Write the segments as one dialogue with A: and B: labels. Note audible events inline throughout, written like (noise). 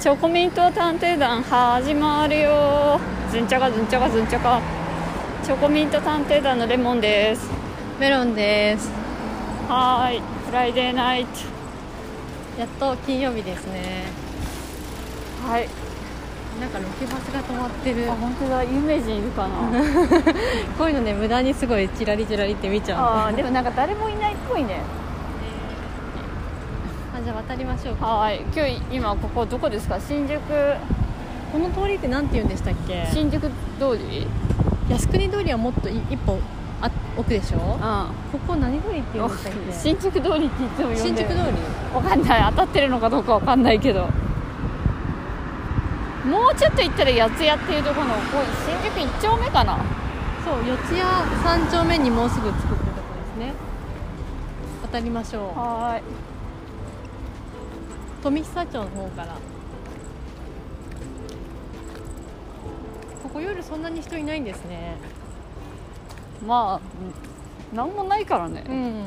A: チョコミント探偵団始まるよずんちゃかずんちゃかずんちゃかチョコミント探偵団のレモンです
B: メロンです
A: はーいフライデーナイト
B: やっと金曜日ですね
A: はい
B: なんかロケバスが止まってる
A: あ本当だ有名人いるかな
B: こういうのね無駄にすごいチラリチラリって見ちゃう
A: (laughs) あーでもなんか誰もいないっぽいね
B: あじゃあ渡りましょうか
A: はーい今日今ここどこですか新宿
B: この通りって何て言うんでしたっけ
A: 新宿通り
B: 靖国通りはもっとい一歩あ奥でしょ
A: うん
B: ここ何通りって言うんでしたっけ
A: 新宿通りっていつも呼んでる
B: 新宿通り
A: わかんない当たってるのかどうかわかんないけどもうちょっと行ったら四谷っていうところのこう新宿1丁目かな
B: そう四谷三丁目にもうすぐ着くってとこですね渡りましょ
A: は
B: う富久町の方からここ夜そんなに人いないんですね
A: いまあ何もないからね、
B: ん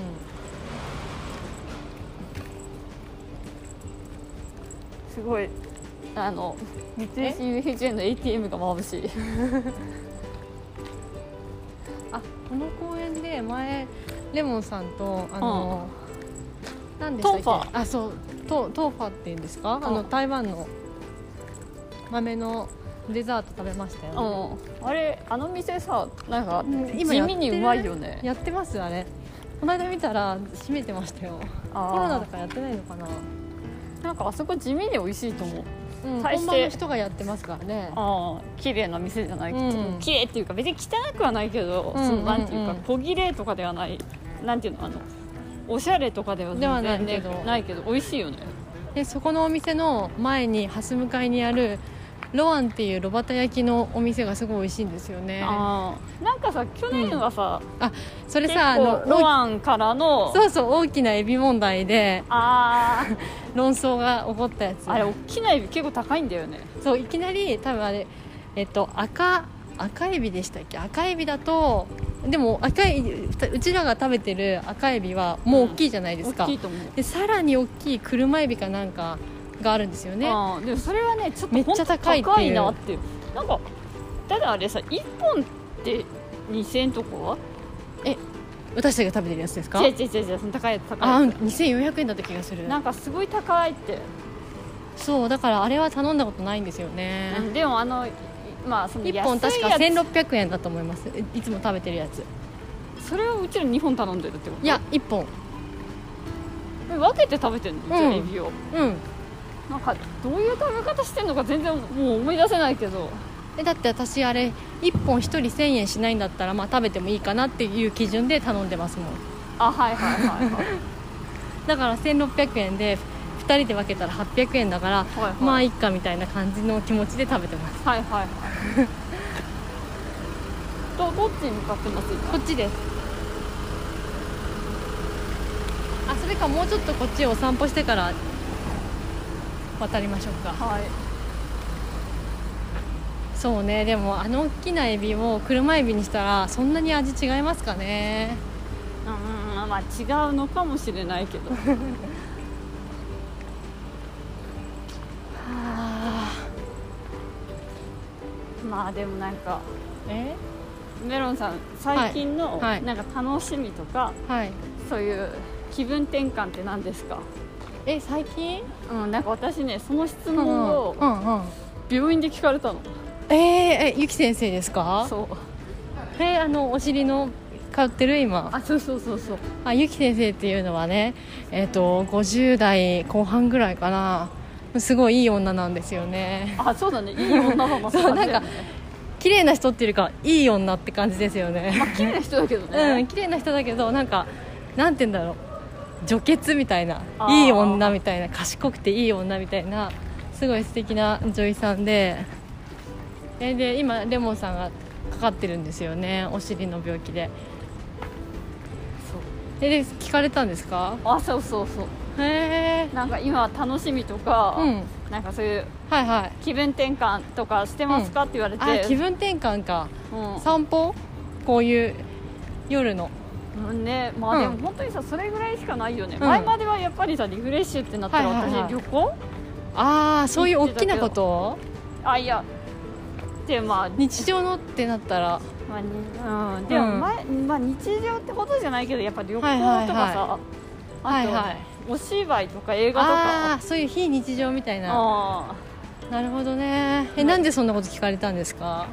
A: すごいあの三井 UFJ の ATM が眩しい
B: あこの公園で前レモンさんとあの、なん、でしたっけ
A: トーフ
B: あそうトトーファっていうんですか、
A: ん
B: あの台湾の豆のデザート食べましたよね、
A: うんあれあの店さなんか地
B: 今やっ
A: 味
B: てる
A: にうまいよね
B: やってますあれこの間見たら閉めてましたよ
A: あー
B: コロナとかやってないのかな、
A: なんかあそこ地味に美味しいと思う
B: うん、
A: 大して
B: 本場の人がやってますからね
A: ああ綺麗な店じゃない、
B: うん
A: 綺麗っていうか別に汚くはないけど、
B: うん
A: そのなんていうか
B: うんうん
A: 小綺麗とかではないなんていうのあのおしゃれとかでは
B: では
A: 全
B: ない
A: 然ね
B: けど
A: ないけど美味しいよね
B: でそこのお店の前に蓮向かいにあるロアンっていう炉端焼きのお店がすごい美味しいんですよね
A: ああなんかさ去年はさ、
B: それ
A: 結
B: さあの
A: 構ロアンからの
B: そうそう大きなエビ問題で
A: あ
B: 論争が起こったやつ
A: ああれ大きなエビ結構高いんだよね
B: そういきなり多分あれえっと赤赤エビでしたっけ赤エビだとでも赤いふうちらが食べてる赤エビはもう大きいじゃないですか、
A: 大きいと思う
B: でさらに大きい車エビかなんかがあるんですよね
A: ああでもそれはねちょっと
B: めっちゃ高いって
A: ほ
B: いう
A: んと高いなっていうなんかただあれさ1本って2000円とこ
B: 私たちが食べてるやつですか
A: は違う違う違う違うその高いやつ高い
B: あ
A: や
B: うん2400円だった気がする
A: つなんかすごい高いって
B: そうだからあれは頼んだことないんですよね、
A: うんでもあのいまあその
B: 一1本
A: 安
B: 確
A: い
B: か
A: やつ
B: 1600円だと思いますいいつも食べてるやつ
A: それをうちら2本頼んでるってこ
B: いや1本
A: とえ分けて食べてんのじゃあ
B: うん
A: エビを、
B: うん
A: なんかどういう食べ方してんのか全然もう思い出せないけど
B: えだって私あれ1本1人1000円しないんだったらまあ食べてもいいかなっていう基準で頼んでますもん
A: あはいはいはいはいはい
B: だから1600円で2人で分けたら800円だから、
A: はいはい
B: まあいっかみたいな感じの気持ちで食べてます
A: はいはい (laughs) どどっちに向かってます今
B: こっちですあそれかもうちょっとこっちをお散歩してから渡りましょうか
A: はい
B: そうねでもあの大きなエビを車エビにしたらそんなに味違いますかね
A: うんまあ違うのかもしれないけ (laughs) ど
B: あ
A: まあでもなんか
B: え
A: メロンさん最近の
B: はいはい
A: なんか楽しみとか、
B: はい
A: そういう気分転換って何ですか
B: え最近
A: うん、なんか私ねその質
B: う
A: 問
B: んう
A: を
B: んうん
A: 病院で聞かれたの、
B: えー、えゆき先生ですか
A: そう
B: えあのお尻の買ってる今
A: あそうそうそうそう
B: あゆき先生っていうのはねえっ、と50代後半ぐらいかなすごいいい女なんですよね
A: あそうだねいい女の子
B: そうな
A: 感じ
B: んか
A: だよね
B: 綺麗な人っていうかいい女って感じですよね
A: まあ綺麗な人だけどね、
B: うん綺麗な人だけどなんかなんて言うんだろう女傑みたいな
A: あー
B: いい女みたいな賢くていい女みたいなすごい素敵な女医さんでえで今レモンさんがかかってるんですよねお尻の病気で
A: そう
B: えで聞かれたんですか
A: あそうそうそう
B: へえ
A: なんか今楽しみとか、
B: うん
A: なんかそういう
B: はいはい
A: 気分転換とかしてますか、って言われて
B: あ気分転換か
A: うん
B: 散歩こういう夜の
A: うんねまあで
B: う
A: も
B: ん
A: 本当にさそれぐらいしかないよね、
B: うん
A: 前まではやっぱりさリフレッシュってなったら
B: はいはい
A: 私、
B: はい
A: 旅行
B: ああそういう大きなこと
A: あいやでまあ
B: 日常のってなったら
A: まあにうん、でも
B: うん
A: 前、まあ、日常ってほどじゃないけどやっぱ旅行とかさ、
B: はいはいはい
A: あと、
B: はい
A: お芝居とか映画とか
B: ああそういう非日常みたいな
A: あ
B: なるほどね
A: う
B: え
A: ん
B: なんでそんなこと聞かれたんですか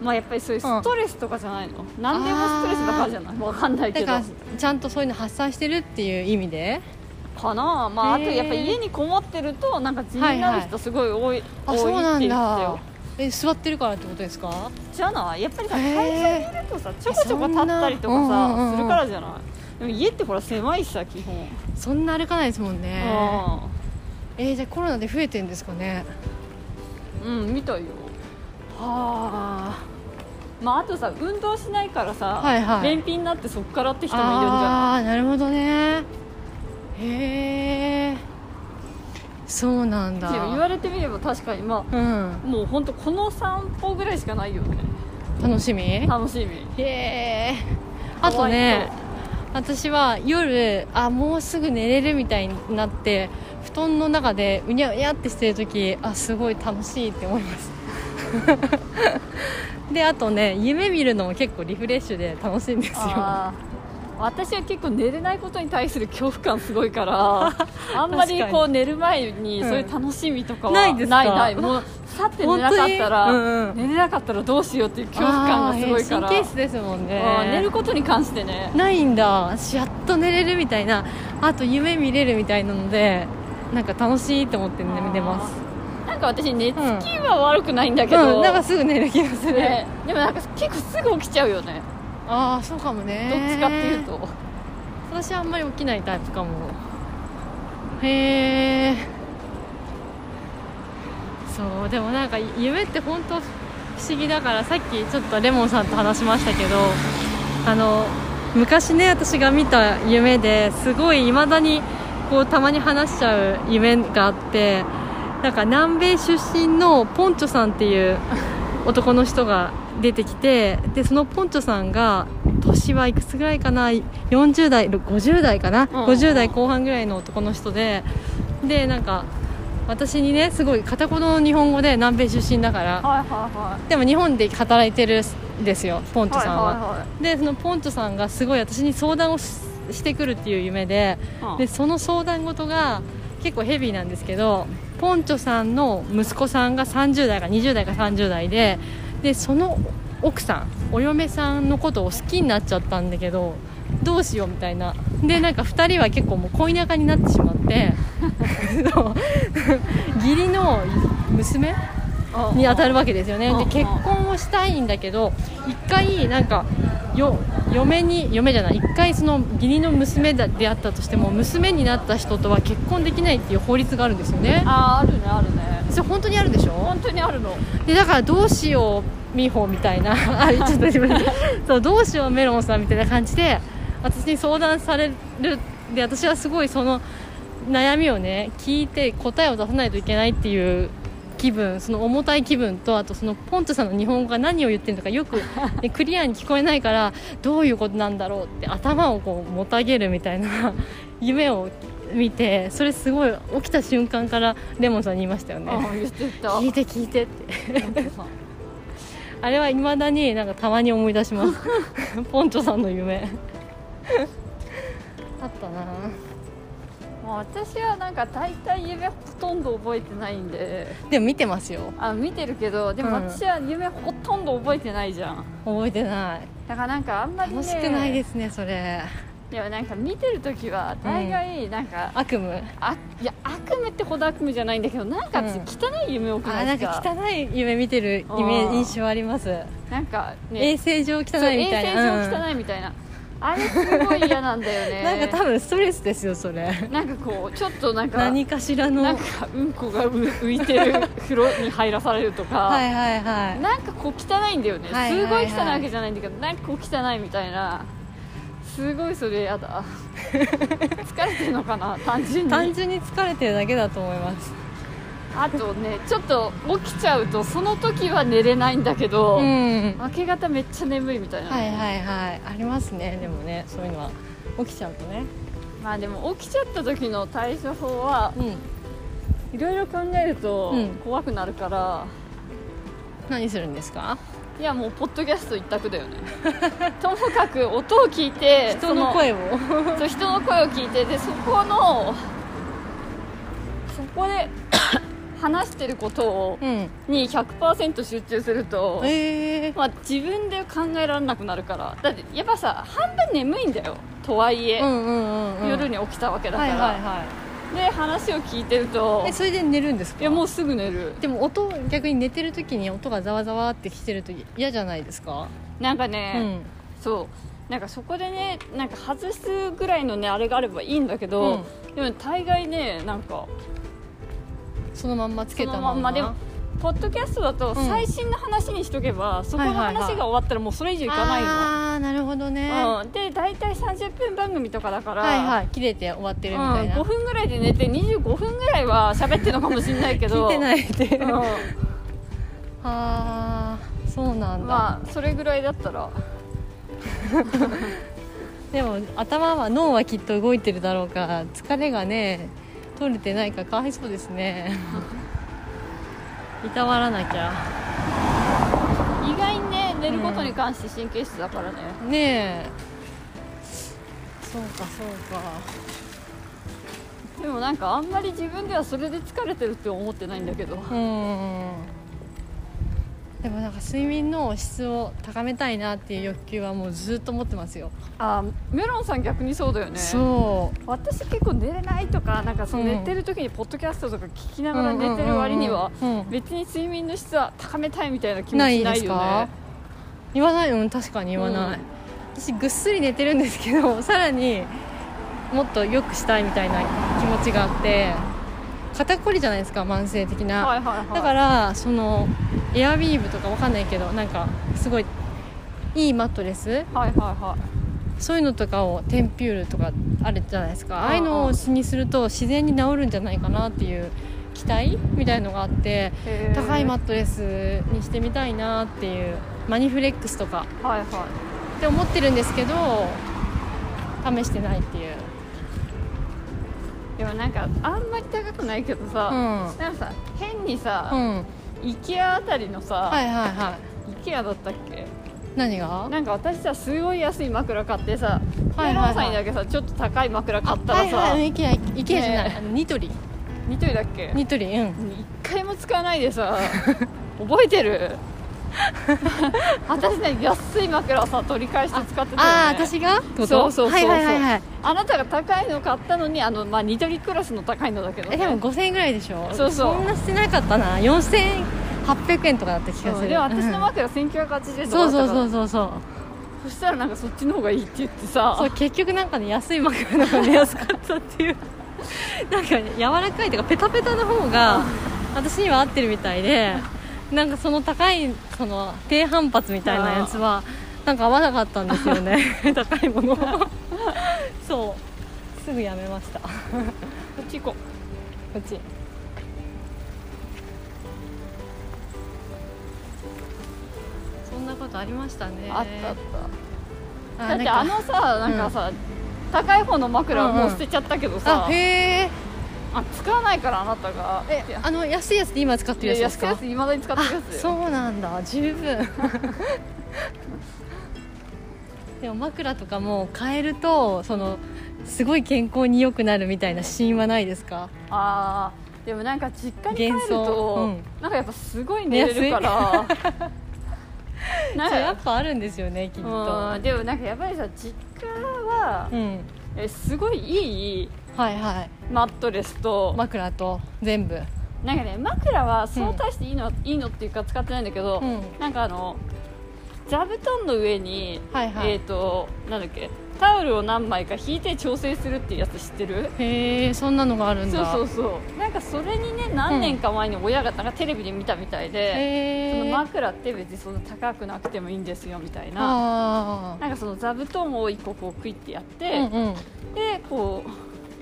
A: ーまあやっぱりそういうストレスとかじゃないの、何でもストレスだからじゃないわかんないけ
B: だ
A: ど
B: か
A: から
B: ちゃんとそういうの発散してるっていう意味で
A: なあまああと
B: へー
A: やっぱ家にこもってるとなんか気になる人すごい多い、
B: あ
A: 多い
B: そうな
A: って言って
B: ん
A: た
B: だ
A: よ
B: え座ってるからってことですか
A: じゃないやっぱりさ
B: へー
A: 会社にいるとさちょこちょこ立ったりとか
B: そんなうんうんう
A: さ
B: んうん
A: するからじゃないでも家ってほら狭いしさ基本、
B: そんな歩かないですもんね
A: あ
B: えーじゃあコロナで増えてんですかね
A: ーうん見たいよ
B: は
A: まああとさ運動しないからさ、
B: はいはい
A: 便秘になってそっからって人もいるんじゃ
B: ああーなるほどねへえそうなんだ
A: ないでも言われてみれば確かにま
B: うん
A: あもうほんとこの散歩ぐらいしかないよね
B: 楽しみへ
A: 楽しみ
B: えあとね私は夜あもうすぐ寝れるみたいになって布団の中でうにゃうにゃってしてる時あすごい楽しいって思い
A: (laughs)
B: ますであとね夢見るのも結構リフレッシュで楽しいんですよ
A: あー私は結構寝れないことに対する恐怖感すごいから
B: (laughs)
A: あんまり
B: 確
A: こ
B: か
A: う寝る前に
B: うん
A: そういう楽しみとかは、
B: ないですか
A: ないないもうさって寝
B: 本
A: なか
B: 当
A: っ
B: に
A: たら、
B: うんうん
A: 寝れなかったらどうしようっていう恐怖感がすごいから
B: あー神経質ですもんね
A: あー寝ることに関してね
B: ないんだ私やっと寝れるみたいなあと夢見れるみたいなのでなんか楽しいと思って、ね、見てます
A: なんか私寝つきは悪くないんだけど、
B: うんなんかすぐ寝る気がする、
A: ね、でもなんか結構すぐ起きちゃうよね、
B: ああそうかもね
A: どっちかっていうと
B: 私はあんまり起きないタイプかもへえそうでもなんか夢って本当不思議だからさっきちょっとレモンさんと話しましたけどあの昔ね私が見た夢ですごい未だにこうたまに話しちゃう夢があってなんか南米出身のポンチョさんっていう男の人が出てきてでそのポンチョさんが年はいくつぐらいかな40代50代かな、
A: うん
B: 50代後半ぐらいの男の人ででなんか私にねすごい片言の日本語で南米出身だか
A: は
B: ら
A: いはいは
B: でも日本で働いてるんですよポン
A: い
B: チョ
A: はい
B: さんは。
A: は
B: でそのポンチョさんがすごい私に相談をししてくるっていう夢で
A: いはい
B: でその相談事が結構ヘビーなんですけどポンチョさんの息子さんが30代か20代か30代ででその奥さんお嫁さんのことを好きになっちゃったんだけどどうしようみたいなでなんか2人は結構もう恋仲になってしまって (laughs) そう義理の娘
A: うん
B: に当たるわけですよね
A: うん
B: で
A: うん
B: 結婚をしたいんだけど一回なんかよ嫁に嫁じゃない一回その義理の娘だであったとしても娘になった人とは結婚できないっていう法律があるんですよね
A: あああるねあるね
B: それ本当にあるでしょ
A: 本当にあるの
B: でだからどうしよう美穂みたいな (laughs) あれちょっと自分でそうどうしようメロンさんみたいな感じで私に相談されるで私はすごいその悩みをね聞いて答えを出さないといけないっていう気分その重たい気分とあとそのポンチョさんの日本語が何を言ってるのかよく、ね、クリアに聞こえないからどういうことなんだろうって頭をこうもたげるみたいな夢を見てそれすごい起きた瞬間からレモンさんに言いましたよ
A: あ
B: ね。
A: ー言ってた
B: 聞いて聞いてって
A: 本当さ
B: あれは未だになんかたまに思い出します
A: (laughs)
B: ポンチョさんの夢あったな
A: まあ私はなんか大体夢ほとんど覚えてないんで
B: でも見てますよ
A: あ見てるけどで
B: うん
A: も私は夢ほとんど覚えてないじゃん
B: 覚えてない
A: だからなんかあんまり、ね、
B: 楽しくないですねそれ
A: でもなんか見てる時は大概なんか、
B: 悪夢
A: あいや悪夢ってほど悪夢じゃないんだけどなんか
B: うん
A: 汚い夢を多くな
B: あないん
A: です
B: か
A: か、
B: 汚い夢見てるイメ
A: あー
B: 印象あります、
A: なんか
B: 衛
A: ね
B: 生上汚いみ
A: そう
B: たい
A: 衛
B: な
A: 生
B: うん
A: 上汚いみたいな、あれすごい嫌なんだよね
B: (laughs) なんか多分ストレスですよそれ
A: なんかこうちょっとなんか
B: 何かしらの
A: な
B: は
A: いんかうんこがう浮いてる風呂に入らされるとか、
B: はいはい
A: なんかこう汚いんだよね、
B: はいはいはい
A: すごい汚いわけじゃないんだけどなんかこう汚いみたいなすごいそれやだ疲れてるのかな単純
B: 単
A: に
B: 純に疲れてるだけだと思います
A: あとねちょっと起きちゃうとその時は寝れないんだけど、
B: ん
A: 明け方めっちゃ眠いみたいな、
B: はいはいはいありますねでもねそういうのは起きちゃうとね
A: まあでも起きちゃった時の対処法は
B: うん
A: いろいろ考えると
B: うん
A: 怖くなるから、
B: 何するんですか
A: いやもうポッドキャスト一択だよね (laughs) ともかく音を聞いて
B: 人の声を
A: そのそう人の声を聞いてでそこのそこで (coughs) 話してることを
B: うん
A: に100%集中すると、
B: ええ
A: まあ、自分で考えられなくなるからだってやっぱさ半分眠いんだよとはいえ、
B: うんうんうんうん
A: 夜に起きたわけだか
B: はい
A: ら、
B: はいは
A: で話を聞いてると
B: いえそれで寝るんですか
A: いやもうすぐ寝る
B: でも音逆に寝てる時に音がざわざわってきてると嫌じゃないですか、
A: なんか
B: う
A: ね、
B: ん
A: そうなんかそこでねなんか外すぐらいのねあれがあればいいんだけど、でも大概ねなんか
B: そのまんまつけたまんま
A: そのまんまでもポッドキャストだと
B: ん
A: 最新の話にしとけば、そこの
B: はいはいは
A: 話
B: い
A: が終わったらもうそれ以上いかないの、
B: ああなるほどね、
A: うん、で大体30分番組とかだから、
B: はいはい切れて終わってるみたいな、
A: うん、5分ぐらいで寝て25分ぐらいは喋ってるのかもしれないけど
B: (laughs) 聞いてないって、
A: う
B: あ
A: ん
B: あそうなんだ、
A: まあそれぐらいだったら
B: でも頭は脳はきっと動いてるだろうから疲れがね取れてないからかわいそうですね
A: (laughs)
B: いたわらなきゃ
A: 意外にね寝ることに関して神経質だからね、
B: ねえそうかそうか
A: でもなんかあんまり自分ではそれで疲れてるって思ってないんだけど
B: うんでもなんか睡眠の質を高めたいなっていう欲求はもうずっと持ってますよ、
A: あメロンさん逆にそうだよね
B: そう
A: 私結構寝れないとかなんかその
B: うん
A: 寝てる時にポッドキャストとか聞きながら寝てる割には
B: うんうんうんうん
A: 別に睡眠の質は高めたいみたいな気持ち
B: な
A: ないよ
B: い
A: ね
B: ですか言わないうん確かに言わない、
A: うん
B: 私ぐっすり寝てるんですけど (laughs) さらにもっと良くしたいみたいな気持ちがあって肩こりじゃないですか慢性的な、
A: はいはいはい
B: だかららそのエアウィーヴとかわかんないけどなんかすごいいいマットレス
A: はいはいはい
B: そういうのとかをテンピュールとかあるじゃないですかああいうのをにすると自然に治るんじゃないかなっていう期待みたいのがあって
A: へー
B: 高いマットレスにしてみたいなっていうマニフレックスとか
A: はいはい
B: って思ってるんですけど試してないっていう
A: でもなんかあんまり高くないけど
B: う
A: さ、
B: んうん
A: なんかさ変にさ、
B: はい
A: IKEA あたりのさ、
B: はいはい
A: イ IKEA だったっけ
B: 何が
A: なんか私さすごい安い枕買ってさ
B: は
A: メ
B: いはいはい
A: ロンさんにだけさちょっと高い枕買ったらさ、
B: はいはい IKEA じゃない、
A: ねえ
B: あのニトリ
A: ニトリだっけ
B: ニトリうん
A: 一回も使わないでさ (laughs) 覚えてる私ね安い枕さ取り返して使ってたよ、ね、
B: ああ私がってこと
A: そうそうそうそう
B: はいはいはいはい
A: あなたが高いの買ったのにあの、まあ、ニトリクラスの高いのだけど、ね、
B: えでも5000円ぐらいでしょ
A: そうそうん
B: なしてなかったな4800円とかだった気がす
A: そう
B: る
A: でも私の
B: うん
A: 枕1980円とか
B: そ
A: だ
B: う
A: ったか
B: そ
A: ら
B: うそうそうそう
A: そしたらなんかそっちの方がいいって言ってさ
B: そう結局なんかね安い枕の方が安かったって (laughs) いうなんかね柔らかいというかペタペタの方が私には合ってるみたいでなんかその高いその低反発みたいなやつはなんか合わなかったんですよ (laughs) ね高いものそうすぐやめましたこ
A: こっち行こ
B: っちそんなことありましたね
A: うあったあった
B: あ
A: だってあ
B: なんか
A: のさなんかさ、高い方の枕はもう捨てちゃったけどさ、
B: あへえ
A: あ使わないからあなたがえ
B: あの安いやつで今使って
A: い
B: る
A: や
B: やつです
A: 安い
B: か
A: やついまだに使ってるやつだよ
B: そうなんだ十分 (laughs) でも枕とかも変えるとそのすごい健康に良くなるみたいなシーンはないですか
A: あーでもなんか実家に帰る
B: 幻想
A: と、なんかやっぱすごい寝れるから (laughs) な
B: それや
A: ん
B: っぱあるんですよねきっ
A: かう
B: と
A: んでもなんかやっぱりさ実家は、
B: うん
A: えすごいいい
B: はいはい
A: マットレスと、
B: 枕と全部
A: なんかね枕はそう大していいの,、いいのっていうか使ってないんだけど、
B: うん
A: なんかあの座布団の上に、
B: はいはい
A: えっ、となんだっけタオルを何枚か引いて調整するっていうやつ知ってる
B: へえそんなのがあるん
A: そう
B: だ
A: そうそうなんかそれにね何年か前に親がなんかテレビで見たみたいで、その
B: へえ
A: 枕って別にそんな高くなくてもいいんですよみたいな
B: あ
A: なんかその座布団を一個こうクイってやって、
B: ーうんうん
A: でこう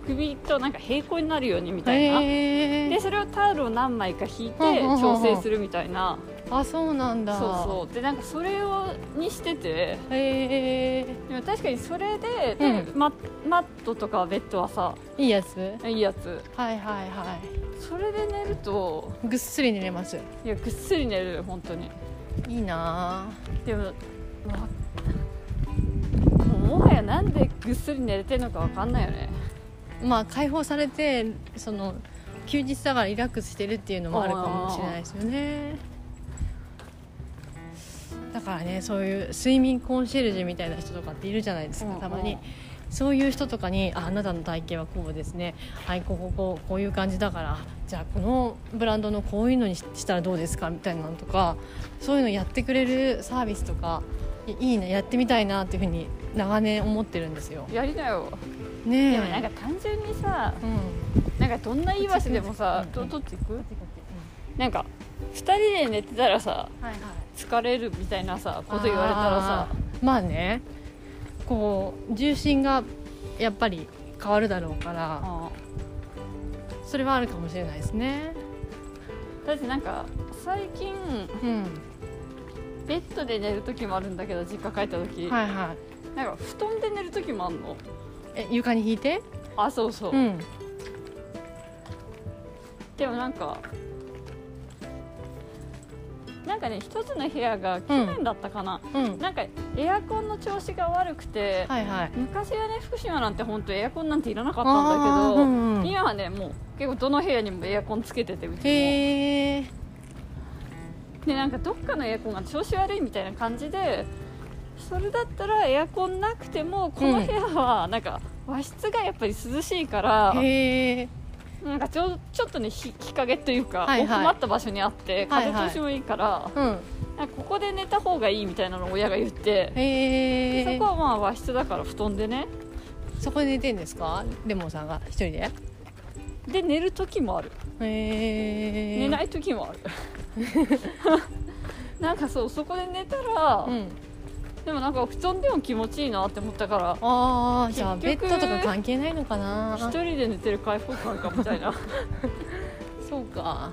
A: 首となんか平行になるようにみたいな、
B: へ
A: で
B: え
A: それをタオルを何枚か引いて
B: うんうんうんうん
A: 調整するみたいな、
B: あそうなんだ
A: そうそうでなんかそれをにしてて
B: うへえ
A: でも確かにそれで、
B: うん
A: ママットとかベッドはさ
B: いいやつ
A: いいやつ
B: はいはいはい
A: それで寝ると
B: ぐっすり寝れます
A: いやぐっすり寝れる本当に
B: いいな
A: でもまもうもはやなんでぐっすり寝れてるのかわかんないよね
B: あまあ解放されてその休日だからリラックスしてるっていうのもあるかもしれないですよねだからねそういう睡眠コンシェルジュみたいな人とかっているじゃないですか
A: うん
B: たま
A: う
B: に
A: ん
B: そういう人とかにああなたの体型はこうですねはいこうこうこうこういう感じだからじゃあこのブランドのこういうのにししたらどうですかみたいなのとかそういうのやってくれるサービスとかいいいなやってみたいなっていうふうに長年思ってるんですよ。
A: やりなよ
B: ねえ
A: でもなんか単純にさ
B: うん、
A: なんかどんな言い訳でもさ
B: うん
A: ど
B: うん
A: どっち行くなんか2人で寝てたらさ
B: はいはい、
A: 疲れるみたいなさこと言われたらさ
B: まあねこう重心がやっぱり変わるだろうから
A: あ
B: それはあるかもしれないですね
A: ーだってなんか最近
B: うん
A: ベッドで寝る時もあるんだけど実家帰った時、
B: はいはい
A: なんか布団で寝る時もあんの
B: え床に引いて
A: あそうそう、
B: うん
A: でもなんかなんかね一つの部屋が去年だったかな、
B: うん
A: なんかエアコンの調子が悪くて、
B: はいはい
A: 昔はね福島なんて本当エアコンなんていらなかったんだ
B: あ
A: けど、
B: ーうんうん
A: 今はねもう結構どの部屋にもエアコンつけててうちも
B: へえ
A: でなんかどっかのエアコンが調子悪いみたいな感じでそれだったらエアコンなくてもこの部屋はなんか和室がやっぱり涼しいから、
B: へえ
A: なんかちょちょっとね日日陰というか、
B: はいはい
A: 困った場所にあって
B: はいは
A: 風
B: い
A: 通しもいいから、
B: うん
A: なんかここで寝た方がいいみたいなのを親が言って、
B: へ
A: で
B: え
A: そこはまあ和室だから布団でね
B: そこで寝てんですかレモンさんが一人で
A: で寝る時もある
B: へえ
A: 寝ないい時
B: (laughs)
A: もあるなんかそうそこで寝たら、
B: うん
A: でもなんか布団でも気持ちいいなって思ったから
B: ああじゃあベ
A: 結
B: ッ
A: 局
B: ドとか関係ないのかな
A: 一人で寝てる開放感かみたい
B: (laughs)
A: な
B: そうか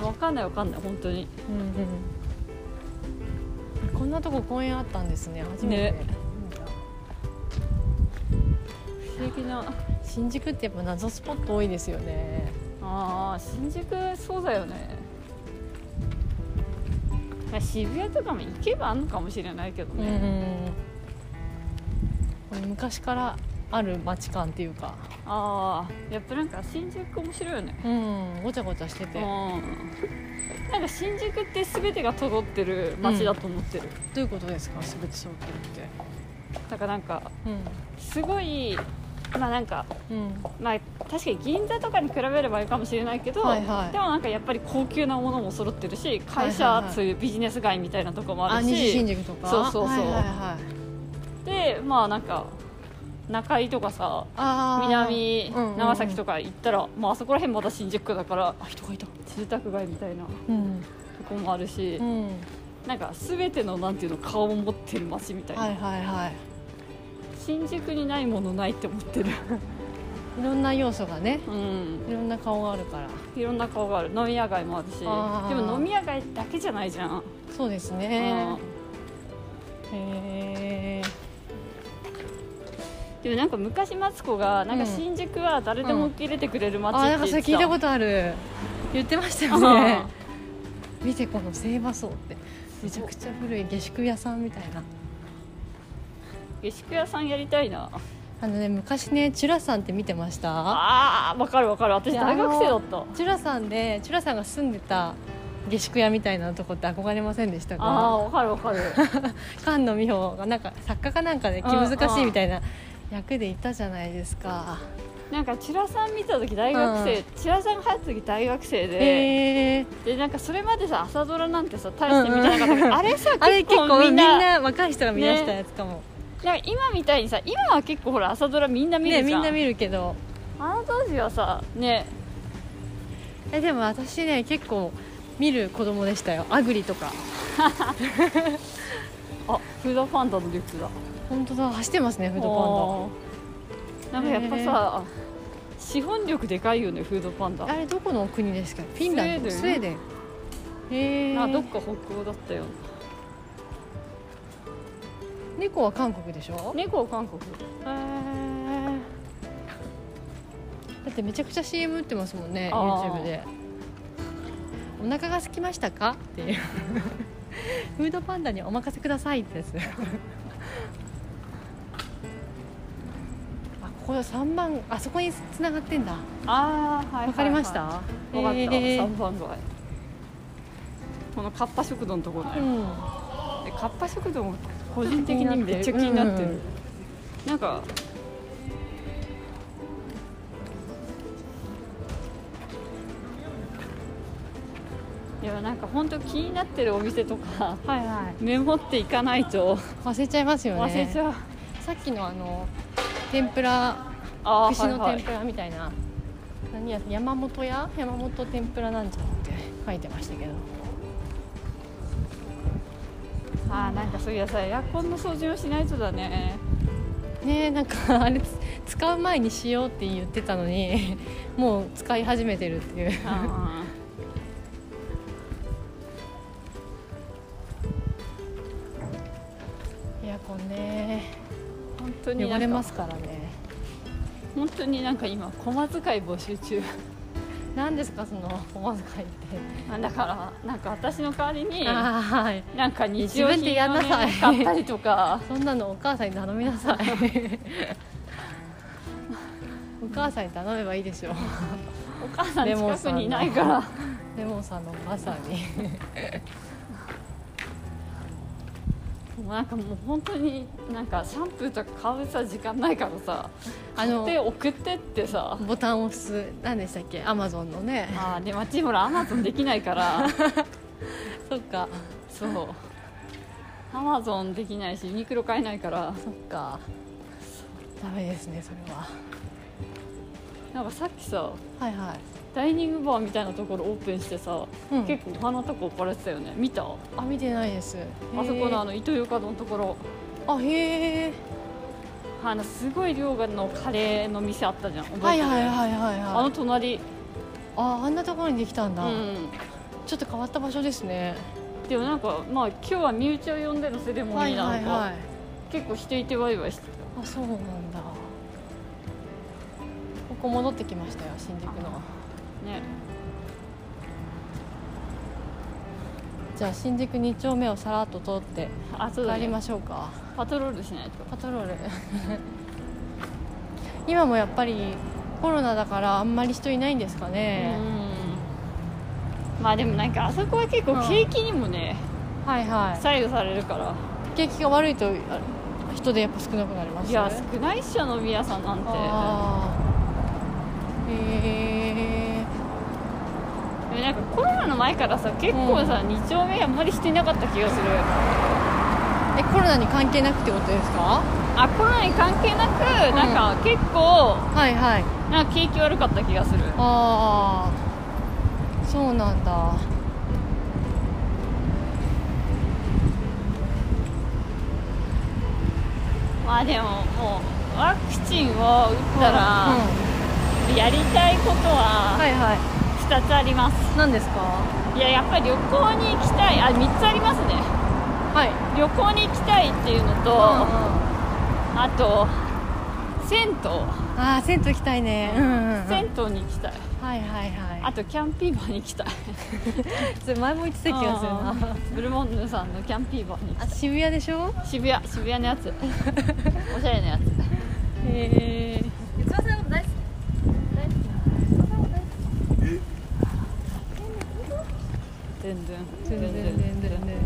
A: わかんないわかんない本当に
B: うんうん、こんなとこ公園あったんですね初めて、
A: ね不思議な
B: 新宿ってやっぱ謎スポット多いですよね
A: あー新宿そうだよねまあ渋谷とかも行けばあんのかもしれないけど
B: うん、
A: ね、
B: これ昔からある街感っていうか
A: ああやっぱなんか新宿面白いよね
B: うんごちゃごちゃして
A: う
B: て
A: んなんか新宿って全てが揃ってる街だと思ってる、
B: どういうことですか全て揃ってるって
A: だからなんかすごいまあなんか
B: うん、
A: まあ確かに銀座とかに比べればいいかもしれないけど、
B: はいはい
A: でもなんかやっぱり高級なものも揃ってるし会社、
B: はいはいはい
A: そういうビジネス街みたいなとこもあ
B: あ
A: るし
B: 西新宿とか
A: そうそうそう
B: はいはいはい
A: でまあなんか中井とかさ
B: あー
A: 南
B: うんうんうん
A: 長崎とか行ったら、まああそこら辺また新宿区だから
B: あ人がいた
A: 住宅街みたいなと
B: うん、
A: こもあるし、
B: うん、
A: なんか全てのなんていうの顔を持ってる街みたいな、
B: はいはいはい
A: 新宿にないものないって思って
B: (laughs)
A: る
B: いろんな要素がね
A: うん
B: いろんな顔があるから
A: いろんな顔がある飲み屋街もあるしで
B: あー
A: も飲み屋街だけじゃないじゃん、
B: そうですね
A: うん
B: へえ
A: でもなんか昔マツコがなんか新宿は誰でも受け入れてくれる街っ
B: あ
A: て
B: なんかそ
A: 言
B: れ
A: って
B: 聞いたことある言ってましたよね見てこの聖馬荘ってめちゃくちゃ古い下宿屋さんみたいな
A: 下宿屋さんやりたいな
B: あのね昔ねチュラさんって見てました
A: ああわかるわかる私
B: いや
A: 大学生だった
B: チュラさんでチュラさんが住んでた下宿屋みたいなとこって憧れませんでした
A: ああ
B: か
A: わかるわ
B: (laughs)
A: かる
B: 菅野美穂がなんか作家かなんかで気難しいみたいな役でいたじゃないですか
A: なんかチラさん見た時大学生、
B: う
A: チラさんが入った時大学生で、
B: へえ
A: でなんかそれまでさ朝ドラなんてさ大して見てなかったけど、
B: (laughs)
A: あれさ
B: あれ結
A: 結
B: 構
A: 構
B: み
A: み
B: ん
A: んな
B: な若い人が見出したやつかも
A: なんか今みたいにさ今は結構ほら朝ドラみんな見
B: ね
A: る
B: み
A: じゃ
B: ん
A: ん,、
B: な見るけど
A: あの当時はさね
B: えでも私ね結構見る子供でしたよアグリとか
A: あフードパンダのリュックだ
B: 本当だ走ってますねフード
A: パンダなんかやっぱさ資本力でかいよねフードパンダ
B: パンダあれどこの国ですかフィンランド
A: ス
B: ス
A: ウェ
B: ウェ
A: ー
B: ーデンへえ
A: あどっか北欧だったよ
B: 猫は韓国でしょ、
A: 猫は韓国
B: へえだっってめちゃくちゃ CM 打ってますもんね
A: あー
B: YouTube でお腹が空きましたかっていう (laughs) フードパンダにお任せくださいってやつあここ3番あそこにつながってんだ
A: ああはいはいはい
B: わかりました、わ
A: 分かった、
B: えー
A: 3番街このかっぱ食堂のところだ
B: う
A: よ、
B: ん、
A: でかっぱ食堂も個人的にめっちゃ気になってる、
B: うん
A: なんかいやなんか本当気になってるお店とか (laughs)
B: はいはい
A: メモっていかないと
B: 忘れちゃいますよね
A: 忘れちゃう、
B: さっきのあの天ぷら
A: ああ
B: 串の
A: はいは
B: 天
A: い
B: ぷらみたいな、何や山本屋山本天ぷらなんちゃらって書いてましたけど
A: あーなんかそういうやさエアコンの掃除をしないとだね
B: ねえなんか (laughs) あれつ使う前にしようって言ってたのに (laughs) もう使い始めてるっていう
A: あ
B: エアコンね
A: ー本当になんか
B: 汚れますからね
A: 本当になんか今駒使い募集中
B: 何ですかそのおまずかいって
A: あだからなんか私の代わりに
B: ああはい
A: なんか日用品を、ね、
B: 自分でやんなさい
A: 買ったりとか
B: そんなのお母さんに頼みな (laughs) さいお母さんに頼めばいいで (laughs) しょ
A: お母さん
B: レモ
A: 近
B: ンさ
A: く
B: んの
A: にいないから
B: レモンさんのお母さんに
A: もうなんかもう本当になんかシャンプーとか買うさ時間ないからさ
B: あの
A: で送ってってさ
B: ボタンを押す何でしたっけアマゾンのね
A: あーで町ほらアマゾンできないから
B: (laughs) そっか
A: そうアマゾンできないしユニクロ買えないから
B: そっかダメですねそれは
A: なんかさっきさ
B: はいはい
A: ダイニングバーみたいなところオープンしてさ、
B: うん
A: 結構お花とか置かれてたよね見たあ
B: あ見てないです
A: そこのあ
B: の
A: のイトーヨーカドーのところ
B: あへえ
A: あのすごい量のカレーの店あったじゃん覚
B: は
A: え
B: い
A: てる
B: はいはいはい
A: あ
B: は
A: の
B: い
A: 隣
B: ああんなところにできたん
A: う
B: だ、
A: ん
B: ちょっと変わった場所ですね
A: でもなんかまあ今日は身内を呼んでのセレモ
B: は
A: ニ
B: い
A: ーなのか、
B: はいはい
A: 結構していてワイワイしてた
B: あそうなんだここ戻ってきましたよ新宿の
A: ね
B: じゃあ新宿2丁目をさらっと通って
A: あそうだ、
B: 帰り
A: ね、
B: ましょうか
A: パトロールしないと
B: パトロール (laughs) 今もやっぱりコロナだからあんまり人いないんですかね、
A: うんまあでもなんかあそこは結構景気にもね、
B: はいは
A: 左右されるから
B: い景気が悪いとあ人でやっぱ少なくなります
A: いや少ないっしょ飲み屋さんなんて
B: あーへえ
A: でもなんかコロナの前からさ結構さ、二2丁目あんまりしてなかった気がする
B: えコロナに関係なくってことですか
A: あコロナに関係なく、
B: ん
A: なんか結構
B: はいはい
A: なんか景気悪かった気がする
B: ああそうなんだ
A: まあでももうワクチンを打ったら、
B: うん
A: やりたいこと
B: は
A: はい
B: はい
A: 2つあります、
B: 何ですか
A: い、ややっぱり旅行に行きたいあ3つありますね
B: はい
A: 旅行に行きたいっていうのと、
B: あ
A: あと銭湯、
B: あー銭湯行きたいねうんうんうんはい
A: 銭湯に行きたい
B: はいはい
A: あとキャンピーバーに行きたい
B: それ前も言ってた気がするな
A: うんブルモンヌさんのキャンピーバーに行
B: あ
A: きたい
B: 渋谷でしょ
A: 渋谷渋谷の (laughs) やつおしゃれなやつ
B: へえ
A: 一番最後大好き大好き全然
B: 全然全然全然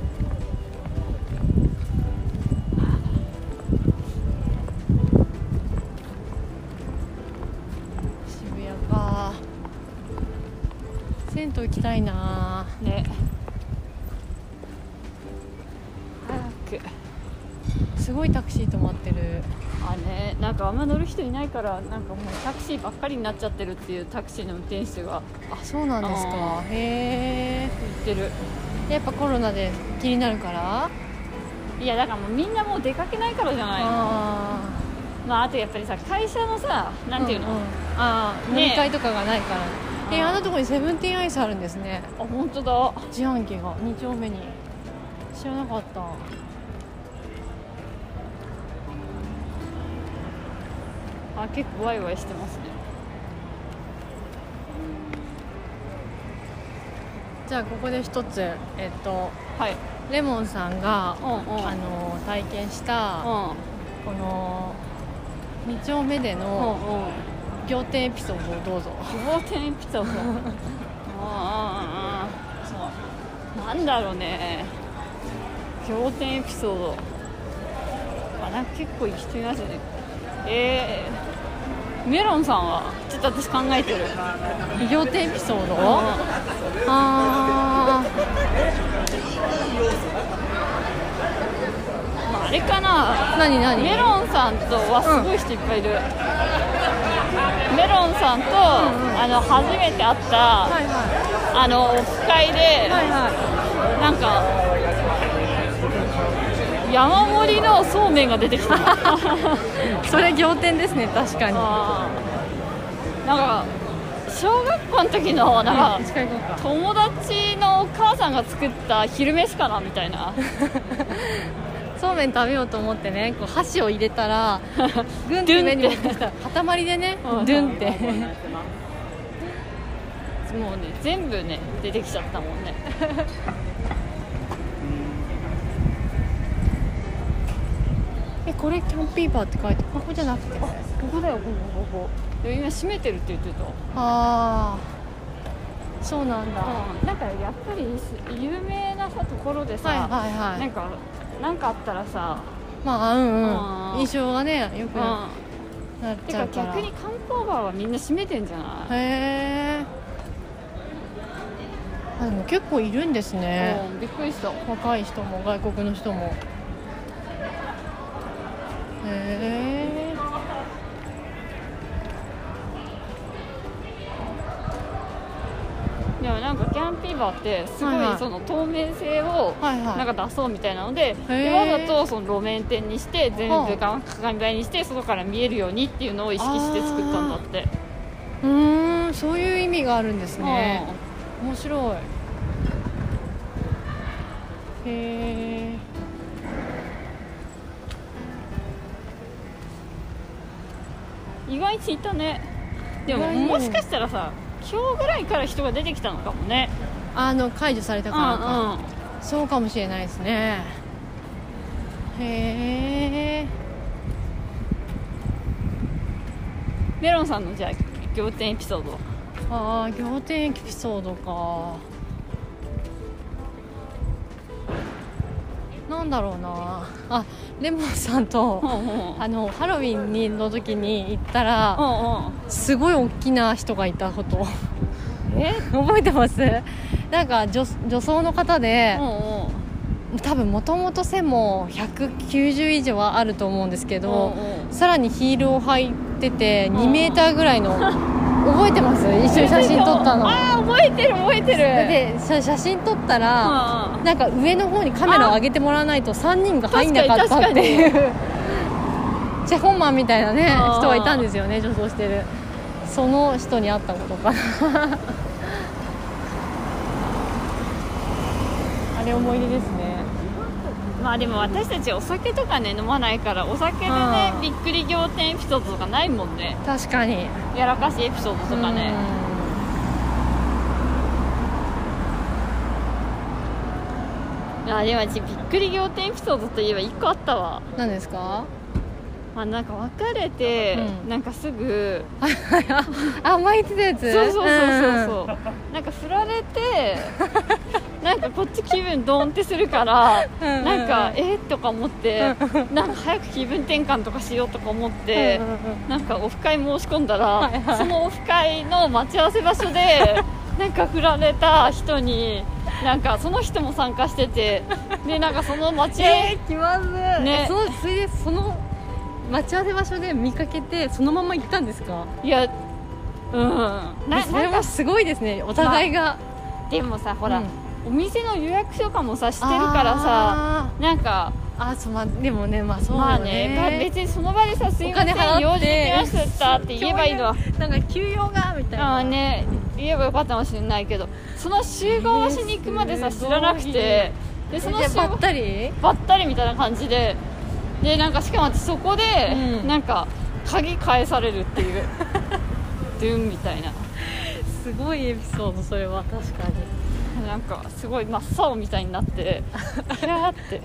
B: 渋谷か銭湯行きたいな
A: ね早く
B: すごいタクシー止まってる
A: あねなんかあんま乗る人いないからなんかもうタクシーばっかりになっちゃってるっていうタクシーの運転手が
B: あそうなんですか
A: あ
B: へ
A: 言ってる
B: えやっぱコロナで気になるから
A: いやだからもうみんなもう出かけないからじゃない
B: ああ
A: まああとやっぱりさ会社のさなんていうの、
B: んんああ、
A: ねえ
B: 飲み会とかがないからえあんなとこにセブンティーンアイスあるんですね
A: あ本当だ
B: 自販機が2丁目に知らなかった
A: あ結構ワイワイしてますね
B: じゃあここで一つえっと
A: はい
B: レモンさんが
A: うんうん
B: あの体験した
A: う
B: この2丁目で
A: ん
B: の
A: うんうん
B: 仰天エピソードをどうぞ
A: 仰天エピソードうんうんうんうんそうなんだろうね仰天エピソードあなんか結構生きてますねえー、メロンさんはちょっと私考えてる
B: 仰天エピソード
A: あ
B: あ
A: まああれかな
B: ー何何
A: メロンさんとはすごい人いっぱいいる、メロンさんと、あの初めて会った、
B: はいは
A: あのオフ会で、
B: いはいは
A: なんか山盛りのそうめんが出て (laughs) きた
B: いそれ仰天ですね確かに
A: あーなんか小学校の時のなんか
B: 近いこうか
A: 友達のお母さんが作った昼飯かなみたいな
B: そうめん食べようと思ってねこう箸を入れた (laughs) らグンって上に持ってきた塊でねド
A: うん
B: ゥン
A: (laughs)
B: って
A: もうね全部ね出てきちゃったもんね
B: (laughs) えこれキャンピーバーって書いてここじゃなくて
A: ここだよここここでも今閉めてるって言ってた
B: ああそうなんだは
A: うん、なんかやっぱり有名なさところで
B: い
A: さ、
B: はいは
A: なん
B: い
A: かなんかあったらさ、
B: まあうん
A: う
B: うん
A: ん
B: 印象がねよく
A: う、
B: なんってち
A: か
B: ゃうから
A: 逆に観光バーはみんな閉めてんじゃない、
B: へえでも結構いるんですね
A: うんびっくりした
B: 若い人も外国の人もへえ
A: でもなんかキャンピーバーってすご
B: はいはい
A: いその透明性を
B: はいはい
A: なんか出そうみたいなので,、
B: へ
A: で
B: ー
A: わざとその路面店にして全部が鏡張りにして外から見えるようにっていうのを意識して作ったんだって、
B: うーんそういう意味があるんです
A: うん
B: ね面白いへえ
A: 意外にいたねで
B: 意
A: も
B: 外に
A: もしかしたらさ今日ぐらいから人が出てきたのかもね
B: あの解除された
A: う
B: からか、
A: んうん
B: そうかもしれないですねへえ
A: メロンさんのじゃあ仰天エピソードは
B: ああ仰天エピソードかなんだろうなあレモンさんと
A: (laughs) うんうん
B: あのハロウィンにの時に行ったらすごい大きな人がいたこと
A: うんうんえ
B: 覚えてますなんか女女装の方で、
A: うんうん
B: 多分もともと背も190以上はあると思うんですけど、
A: うんうん
B: さらにヒールを履いてて
A: うん
B: 2メーターぐらいの覚えてます一緒に写真撮ったの
A: ああ覚えてる覚えてる
B: で写写真撮った
A: うん
B: ら、
A: うん
B: なんか上の方にカメラを上げてもらわないと3人が入んなかったっていうチェホンマンみたいなね
A: あー
B: 人がいたんですよね女装してるその人に会ったことかなあれ思い出ですね
A: まあでも私たちお酒とかね飲まないからお酒でね
B: うん
A: びっくり仰天エピソードとかないもんね
B: 確かに
A: やらかしエピソードとかねいやでも私びっくり仰天エピソードといえば1個あったわ
B: うん何ですか
A: まあなんか別れて
B: うん
A: なんかすぐ
B: あ巻いてたやつ
A: そうそうそうそうそうなんか振られて
B: (laughs)
A: なんかこっち気分ドンってするから
B: うんうんうん
A: なんかえー、とか思ってなんか早く気分転換とかしようとか思って
B: うんうん
A: なんかオフ会申し込んだら、
B: いはい
A: そのオフ会の待ち合わせ場所 (laughs) でなんか振られた人になんかその人も参加しててでなんかその待ち合わせ
B: えー、気まずい、
A: ね
B: そのそれでその待ち合わせ場所で見かけてそのまま行ったんですか
A: いやうんな
B: それ
A: なん
B: も
A: か
B: すごいですねお互いが、
A: でもさほら、
B: うん
A: お店の予約とかもさしてるからさなんか
B: あーあーそうまあでもねまあそう
A: まあ
B: だ
A: ね
B: ね,、
A: が別にその場でさ「すいませ
B: お金払っ
A: ん
B: て
A: 用事できました」って言えばいいのは
B: なんか休養がみたいな
A: ああね言えばよかったかもしれないけどその集合しに行くまでさ
B: えー
A: 知
B: すごい
A: らなくてでその
B: じゃ
A: 集
B: あば
A: 合
B: ったり
A: ばったりみたいな感じででなんかしかも私そこで、
B: うん
A: なんか鍵返されるっていうドゥンみたいな
B: すごいエピソードそれは確かに
A: なんかすごい真っ青みたいになってキャーって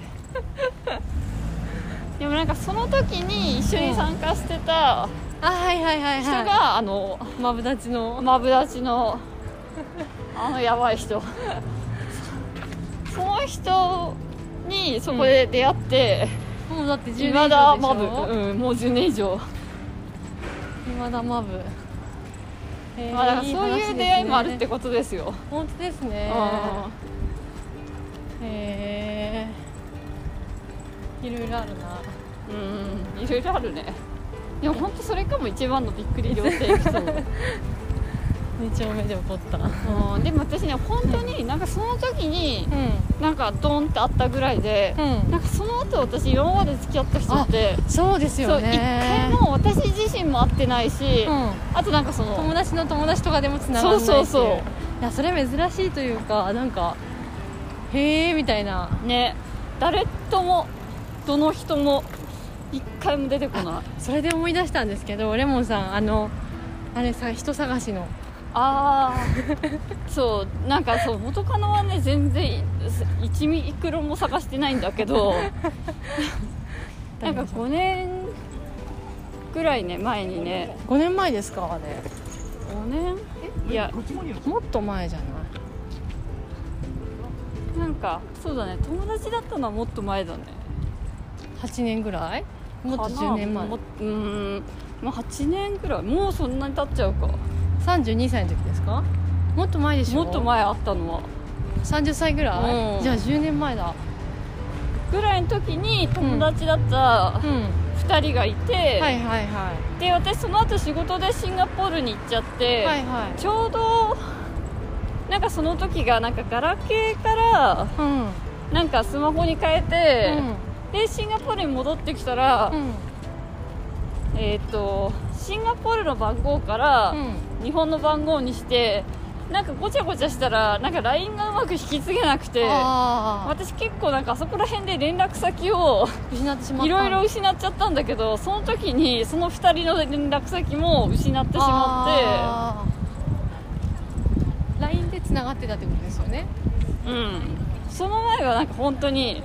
A: でもなんかその時に一緒に参加してた
B: あはいはいはいはい
A: 人があの
B: マブダチの
A: マブダチのあのやばい人その人にそこで出会って、
B: もうだって10年以
A: 未
B: 上でし
A: だ
B: ょ
A: マブ、うん、もう10年以上
B: 今田マブえー
A: まあ、だからそう
B: 話で
A: い
B: す
A: う
B: ね
A: 出会いもあるってことですよ。
B: 本当ですねへえいろいろあるな
A: うん、いろいろあるね。でも本当それかも一番のびっくり料亭エピソ
B: (laughs)
A: ー
B: 2丁目で起こったうん
A: ド。うん、でも私ね本当になんかその時になんかドンってあったぐらいで、
B: う
A: なんんかその後私今まで付き合った人って、
B: そうです
A: そ
B: よ
A: う一回
B: ね
A: も私自身も会ってないし、
B: うん
A: あとなんかその
B: 友達の友達とかでもつながらないってい
A: そうそうそう
B: いやそれ珍しいというかなんかへえみたいな
A: ね誰ともどの人も一回も出てこない。
B: それで思い出したんですけどレモンさんあのあれさ人探しの
A: ああ (laughs) そうなんかそう元カノはね全然1ミクロも探してないんだけ
B: (laughs)
A: どなんか5年ぐらいね前にね
B: 5年前ですかあれ
A: 5年いや
B: もっと前じゃない
A: なんかそうだね友達だったのはもっと前だね
B: 8年ぐらいもっと
A: かな
B: 10年前
A: もっうーんまあ8年ぐらいもうそんなに経っちゃうか
B: 32歳の時ですかもっと前でしょ
A: もっと前あったのは
B: 30歳ぐらい、
A: うん
B: じゃあ10年前だ
A: ぐらいの時に友達だった
B: うん
A: 2人がいて、
B: はいはいはい
A: で私その後仕事でシンガポールに行っちゃって、
B: はいはい
A: ちょうどなんかその時がなんかガラケーから
B: うん
A: なんかスマホに変えて、でシンガポールに戻ってきたら、
B: うんうん
A: えっ、とシンガポールの番号から
B: うん
A: 日本の番号にしてなんかごちゃごちゃしたらなんか LINE がうまく引き継げなくて
B: ああ
A: 私結構なんかあそこら辺で連絡先を
B: 失 (laughs) ってしまった
A: いろいろ失っちゃったんだけどその時にその2人の連絡先も失ってしまっ
B: まって LINE でつながってたってことですよね
A: て、うん、その前はなんか本当に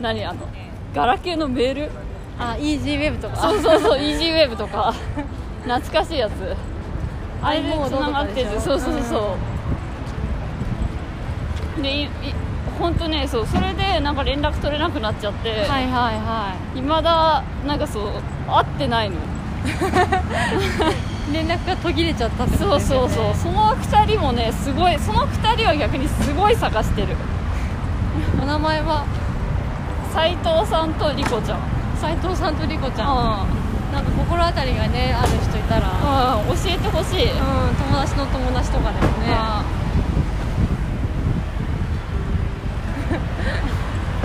A: 何あのガラケーのメール
B: あイージーウェブとか
A: そうそう (laughs) そうイージーウェブとか懐かしいやつあれでつながって
B: あれもうどうとかでし
A: て
B: ょ
A: そうそうそうそうでいい本当ねそうそれでなんか連絡取れなくなっちゃって、、
B: はいはいはい
A: まだなんかそう会ってないの
B: い連絡が途切れちゃったって
A: そ
B: こと
A: う
B: です
A: そ
B: よ
A: う
B: ね
A: そう (laughs) その2人もねすごいその2人は逆にすごい探してる
B: お名前は
A: 斉藤さんと莉子ちゃん
B: 斉藤さんと莉子ちゃん
A: うん
B: なんか心当たりがねある人いたらう
A: う
B: ん
A: ん、教えてほしい、うん
B: 友達の友達とかでもね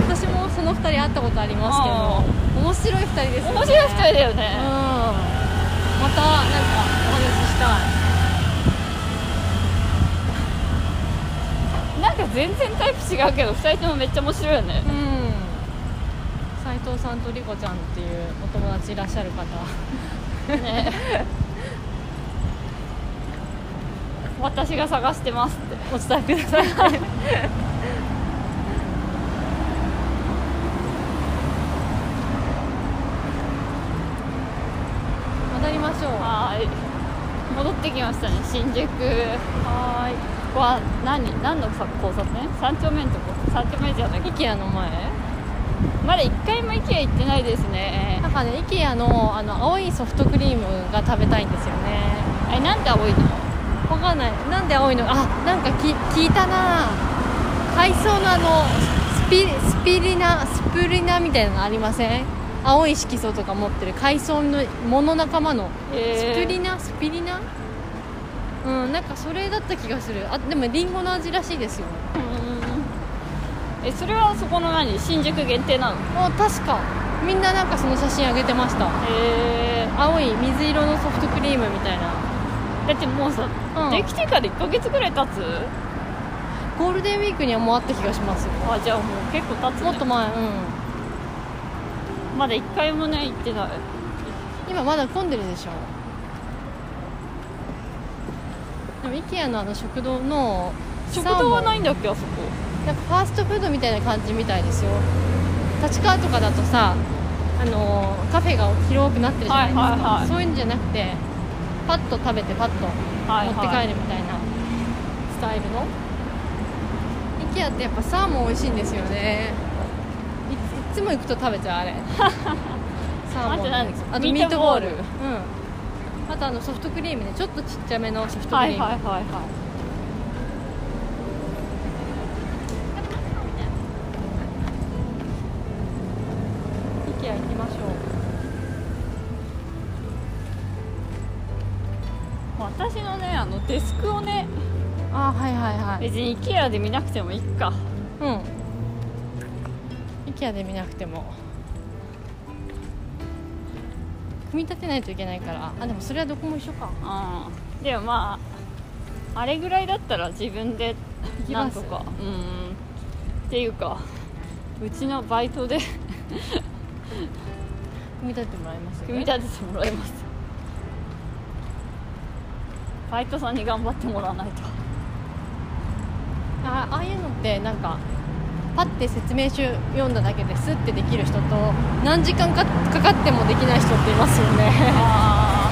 B: 私もその2人会ったことありますけど面白い2人ですよね
A: 面白い2人だよ
B: うん
A: ね、
B: またなんかお話しした
A: なんか全然タイプ違うけど2人ともめっちゃ面白いよね
B: いうん斉藤さんと莉子ちゃんっていうお友達いらっしゃる方
A: ね私が探してますって
B: お伝えください戻りましょう
A: はーい戻ってきましたね新宿
B: は
A: は何何のさ交差点三丁目のとこ三丁目じゃない
B: ーい IKEA の前
A: まだ一回も IKEA 行ってないですね
B: なんかね IKEA のあの青いソフトクリームが食べたいんですよね
A: えなんで青いの
B: わかんないなんで青いのあなんかき聞いたな海藻のあのスピスピリナスプリナみたいなのありません青い色素とか持ってる海藻の藻の仲間のスプリナスピリナうんなんかそれだった気がするあでもリンゴの味らしいですよ
A: うーんえそれはそこの何新宿限定なの
B: もう確かみんななんかその写真あげてました
A: へえ
B: 青い水色のソフトクリームみたいな
A: だってもうさ、
B: うん
A: できてから1ヶ月ぐらい経つ
B: ゴールデンウィークにはもうあった気がしますよ
A: あじゃあもう結構経つ、ね、
B: もっと前うん
A: まだ1回もね行ってない
B: 今まだ混んでるでしょでも IKEA のあの食堂の
A: 食堂はないんだっけあそこ
B: なんかファーストフードみたいな感じみたいですよ立川とかだとさあのーカフェが広くなってるじゃないですか、
A: はいはいはい
B: そういうんじゃなくてパッと食べてパッと持
A: はい
B: って
A: はい
B: 帰るみたいなスタイルの IKEA ってやっぱサーモン美味しいんですよねいいつも行くと食べちゃうあ (laughs) れサーモン
A: あと何
B: あと
A: ミ
B: ミ
A: ー
B: ー
A: ト
B: ト
A: ボ
B: ボ
A: ー
B: ー
A: ル
B: ルうん、あとあのソフトクリームねちょっとちっちゃめのソフトクリーム、
A: はいはいはいはい
B: イケア行きましょう
A: 私のねあのデスクをね
B: あはいはいは
A: 別に IKEA で見なくてもいいか
B: うん IKEA で見なくても組み立てないといけないからあでもそれはどこも一緒か
A: うんでもまああれぐらいだったら自分で
B: 行き
A: な
B: ま
A: んと
B: す
A: かうんっていうかうちのバイトで (laughs)
B: 組み立ててもらいますよ、ね、
A: 組み立ててもらいますバイトさんに頑張ってもらわないと
B: あああいうのってなんかパッて説明書読んだだけですってできる人と何時間かかかってもできない人っていますよね
A: あ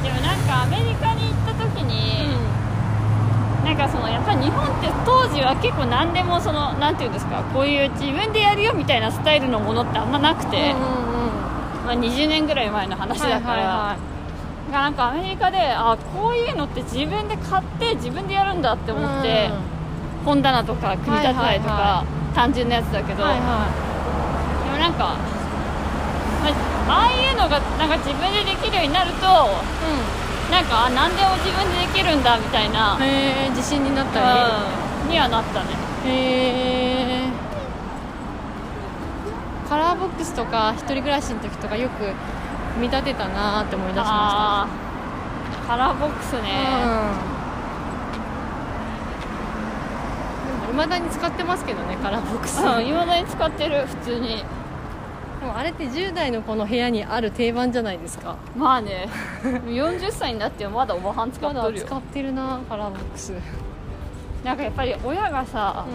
A: ーでもなんかアメリカに行った時に、なんかそのやっぱり日本って当時は結構何でもそのなんていうんですかこういう自分でやるよみたいなスタイルのものってあんまなくて、
B: うんうんうん
A: まあ、20年ぐらい前の話だから、
B: はい
A: がなんかアメリカであこういうのって自分で買って自分でやるんだって
B: はいはい
A: 思って、本棚とか組み立てたりとか、
B: はいは
A: 単純なやつだけ
B: うん
A: ど、
B: はいは
A: でもなんか、まあああいうのがなんか自分でできるようになるとなんかあ何でも自分でできるんだみたいな、
B: いうんへえ自信になったり、
A: うんにはなったね
B: へえカラーボックスとか一人暮らしの時とかよく組み立てたなーって思い出しま
A: あーカラーボックス
B: し
A: ね
B: た、うんいまだに使ってますけどねカラーボックス、
A: うんいまだに使ってる普通に
B: でもあれって10代の子の部屋にある定番じゃないですか
A: まあね40歳になってもまだおばはん使
B: ま
A: っ
B: だ
A: とるよ
B: 使ってるなカラーボックス、うん、
A: なんかやっぱり親がさ、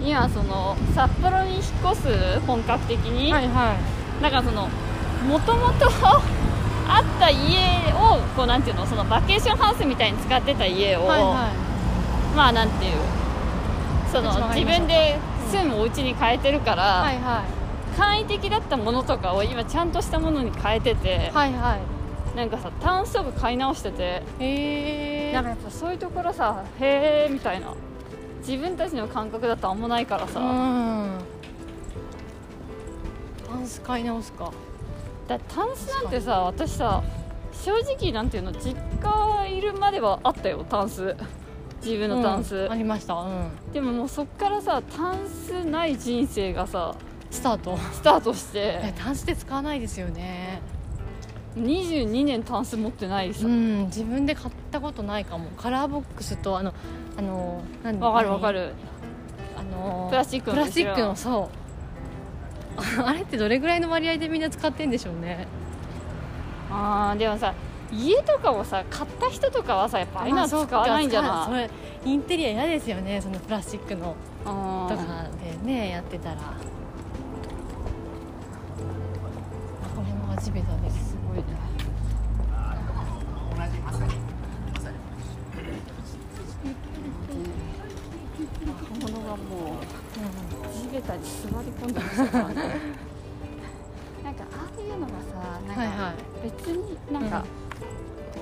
A: 今その札幌に引っ越す本格的に、
B: はいは
A: なんかそのもともと (laughs) あった家をこうなんていうのそのバケーションハウスみたいに使ってた家
B: い
A: を、
B: はいはい
A: まあなんていうその
B: 一番わか
A: 自
B: りました
A: 分で住むお家に変えてるから、
B: はいは
A: 簡易的だったものとかを今ちゃんとしたものに変えてて、
B: いはいは
A: なんかさタンスとか買い直してて、
B: いへえ
A: なんかやっぱそういうところさへえみたいな自分たちの感覚だとあんまないからさ、
B: うんタンス買い直すか
A: だタンスなんてさ私さ正直なんていうの実家いるまではあったよタンス自分のタンス、
B: うんありましたうん
A: でももうそっからさタンスない人生がさ
B: スタート
A: スタートして
B: タンスって使わないですよね
A: 22年タンス持ってないさ、
B: うん自分で買ったことないかもカラーボックスとあのあの何
A: わかるわかる
B: あの
A: プラスチックの
B: プラスチックのそう (laughs) あれってどれぐらいの割合でみんな使ってんでしょうね
A: あーでもさ家とかをさ買った人とかはさやっぱあれな
B: ま
A: ん
B: あそう
A: 使
B: か
A: わないんじゃ
B: 使わ
A: ない
B: それインテリア嫌ですよねそのプラスチックの
A: いうん
B: とかでねやってたらこれも初めてです
A: すごいね若者がもう地べたに座り込んでましたからねなんかああいうのがさなんか、
B: はいはい
A: 別になんか、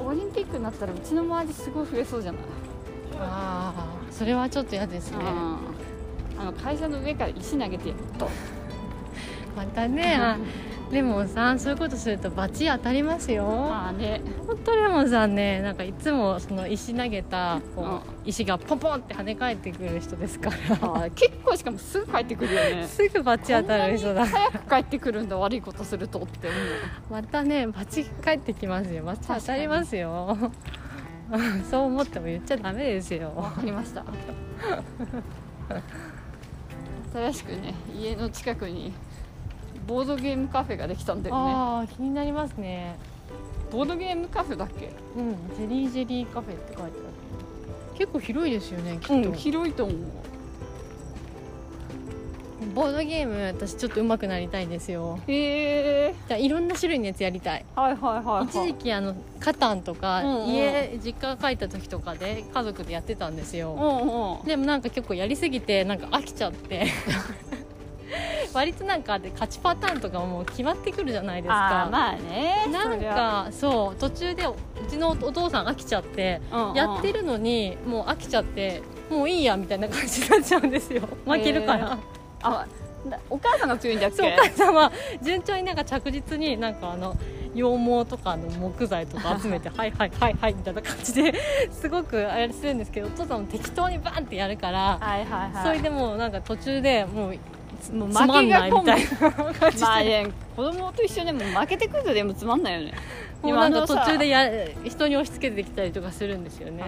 A: オリンピックになったらうちの周りすごい増えそうじゃない、
B: ああそれはちょっと嫌ですね
A: あの会社の上から石投げてやると
B: またねあレモンさんそういうことするとバチ当たりますよ
A: まあね
B: 本当レモンさんねなんかいつもその石投げたこう石がポンポンって跳ね返ってくる人ですか (laughs)
A: あ
B: ら
A: ー結構しかもすぐ帰ってくるよね
B: すぐバチ当たる人だ
A: 早く帰ってくるんだ悪いことするとって思う
B: またねバチ返ってきますよバチ当たりますよ (laughs) そう思っても言っちゃダメですよ
A: わかりました新しくね家の近くにボードゲームカフェができたんだよね
B: ああ気になりますね
A: ボードゲームカフェだっけ
B: うんジェリージェリーカフェって書いてある結構広いですよねきっと、
A: うん広いと思う
B: ボードゲーム私ちょっと上手くなりたいんですよ
A: へえ
B: だからいろんな種類のやつやりたい
A: はいはいはい、はい、
B: 一時期あのカタンとか、
A: うんうん
B: 家実家帰った時とかで家族でやってたんです
A: う
B: よ、
A: んうん
B: でもなんか結構やりすぎてなんか飽きちゃって (laughs) 割となんかで勝ちパターンとかもう決まってくるじゃないです
A: あ
B: か
A: ーまあね
B: な
A: そ
B: ん
A: りゃ
B: かそう途中でうちのお父さん飽きちゃって、
A: うんうん
B: やってるのにもう飽きちゃってもういいやみたいな感じになっちゃうんですよ負けるから、
A: あなお母さんが強いんだっけ
B: そうお母さんは順調になんか着実になんかあの羊毛とかの木材と
A: (laughs)
B: か集めてはいはいはいはいみたいな感じです (laughs) ごくあれするんですけどお父さんも適当にバンってやるから
A: はいはいはい
B: それでもうなんか途中でもうつ
A: もう負け
B: つ
A: が
B: まんな
A: 込
B: いみ
A: む
B: たいな感じで、
A: ま
B: (laughs)
A: あね子供と一緒でも負けてくるとでもつまんないよね
B: もうなんか途中で
A: や
B: や人に押し付けてきたりとかするんですよね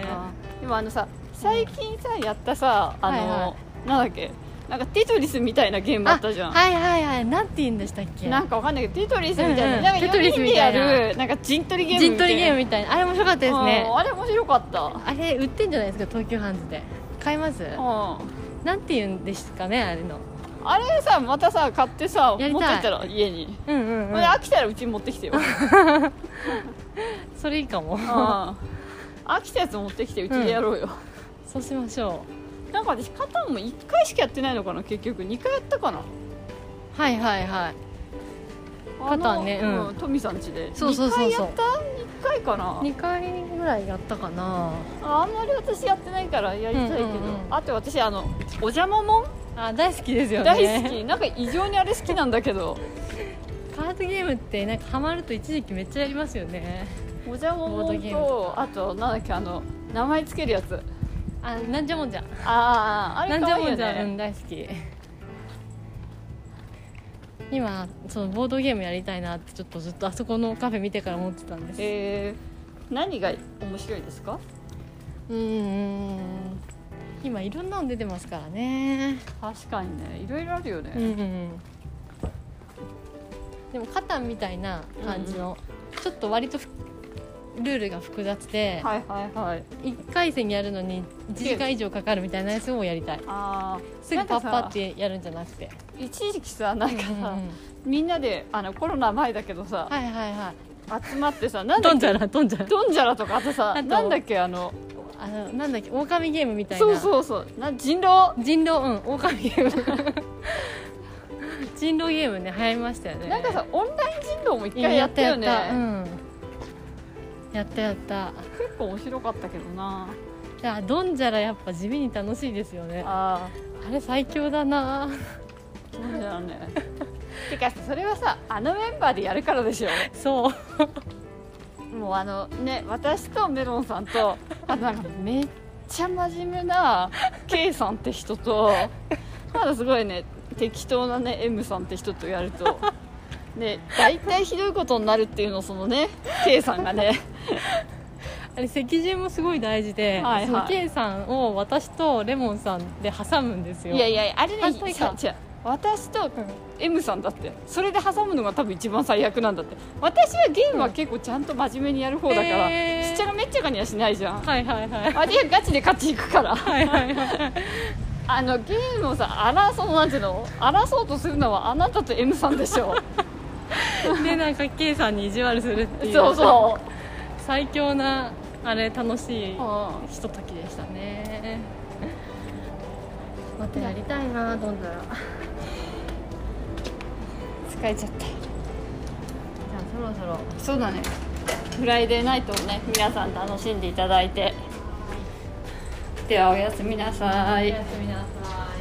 A: でもあのさ最近さやったさあの、
B: はいは
A: なんだっけなんかテトリスみたいなゲームあったじゃん、
B: はいはいはいなんて言うんでしたっけ
A: なんかわかんないけどテトリスみたいな,、
B: うんうん
A: なんか
B: テト
A: 4
B: リス
A: 人
B: み
A: で
B: た
A: や
B: いな
A: るなんか陣取りゲームみたい
B: 陣
A: な
B: 取りゲームみたいなあれ面白かったですね
A: うんあれ面白かったうん
B: あれ売ってんじゃないですか東急ハンズで買いますなんて言うんですかねあれの
A: あれさまたさ買ってさ
B: やり
A: 持
B: た
A: っ
B: い
A: てったら家に、
B: うんうん、
A: これ飽きたらうちに持ってきて
B: (laughs)
A: ようん
B: それいいかも
A: 飽きたやつ持ってきてうちでやろうよ、
B: そうしましょ
A: なんか私カタンも1回しかやってないのかな結局2回やったかな
B: うはいはいはい
A: あの
B: カタンねうん
A: トミさん家で
B: そうそうそうそう
A: 2回やった1回かな
B: 2回ぐらいやったかな
A: あんまり私やってないからやりたいけど、
B: うんうんうん
A: あと私あのお邪魔もん
B: あ大好きですよね
A: 大好きなんか異常にあれ好きなんだけ
B: (laughs)
A: ど
B: カードゲームってなんかハマると一時期めっちゃやりますよね
A: お邪魔
B: ボー
A: も
B: ド
A: ん
B: ゲームと
A: とあとなんだっけあの名前つけるやつ
B: あなんじゃもんじゃ
A: あああれ
B: なんじ
A: 可
B: ゃ
A: 愛い
B: も
A: よ
B: んじゃ、う
A: ね
B: ん、大好き今そのボードゲームやりたいなってちょっとずっとあそこのカフェ見てから思ってたんです
A: えー、何が面白いですか
B: うーん今いろんなの出てますからね
A: 確かにねいろいろあるよ
B: うんう
A: ね、
B: んうんでもカタンみたいな感じの、ちょっと割とふルールが複雑で、
A: はいはいはい
B: 1回戦やるのに1時間以上かかるみたいなやつをやりたい
A: ああ
B: すぐパッパってやるんじゃなくて
A: 一時期さなんかさ、
B: うんうん
A: みんなであのコロナ前だけどさ、
B: はいはいはい
A: 集まってさなんだっ
B: どんじ
A: け
B: ゃらどんじゃら
A: ドンジャラとかあとさ
B: あと
A: なんだっけあの
B: あのなんだっけ狼ゲームみたいな
A: そうそうそうな人狼
B: 人狼うん狼ゲーム (laughs) 人狼ゲームね流行りましたよね
A: なんかさオンライン人狼も一回やったよね
B: やったやった,、うん、やったやった
A: 結構面白かったけどない
B: やドンジャラやっぱ地味に楽しいですよねあ
A: あ
B: れ最強だな
A: あドンジャラ
B: (laughs)
A: ねてかさそれはさあのメンバーでやるからでしょ
B: そう
A: もうあのね私とメロンさん (laughs) とあとなんかめっちゃ真面目な K さんって人とまだすごいね適当なね M さんって人とやる (laughs) と。ね、大体ひどいことになるっていうのをそのね K さんがね
B: あれ席順もすごい大事で、
A: はいはい
B: その K さんを私とレモンさんで挟むんです
A: (laughs)
B: よ
A: いやいやあれね
B: 反対か
A: 違う違う私と M さんだってそれで挟むのが多分一番最悪なんだって私はゲームは結構ちゃんと真面目にやる方だから、
B: へー
A: しっちゃらめっちゃかにはしないじゃん
B: はいはいはい
A: あれはガチで勝ちいくから
B: はいはいはい
A: あのゲームをさ争うなんていうの争おうとするのはあなたと M さんでしょ
B: でなんか K さんに意地悪するっていう
A: (laughs) そうそう、
B: 最強なあれ楽しい
A: う
B: う
A: ん
B: ひとときでしたねまたやりたいなどんどんじゃあ
A: 疲れちゃった
B: そろそろ
A: そうだねフライデーナイトをね皆さん楽しんでいただいてではおやすみなさ
B: お
A: い
B: やすみなさい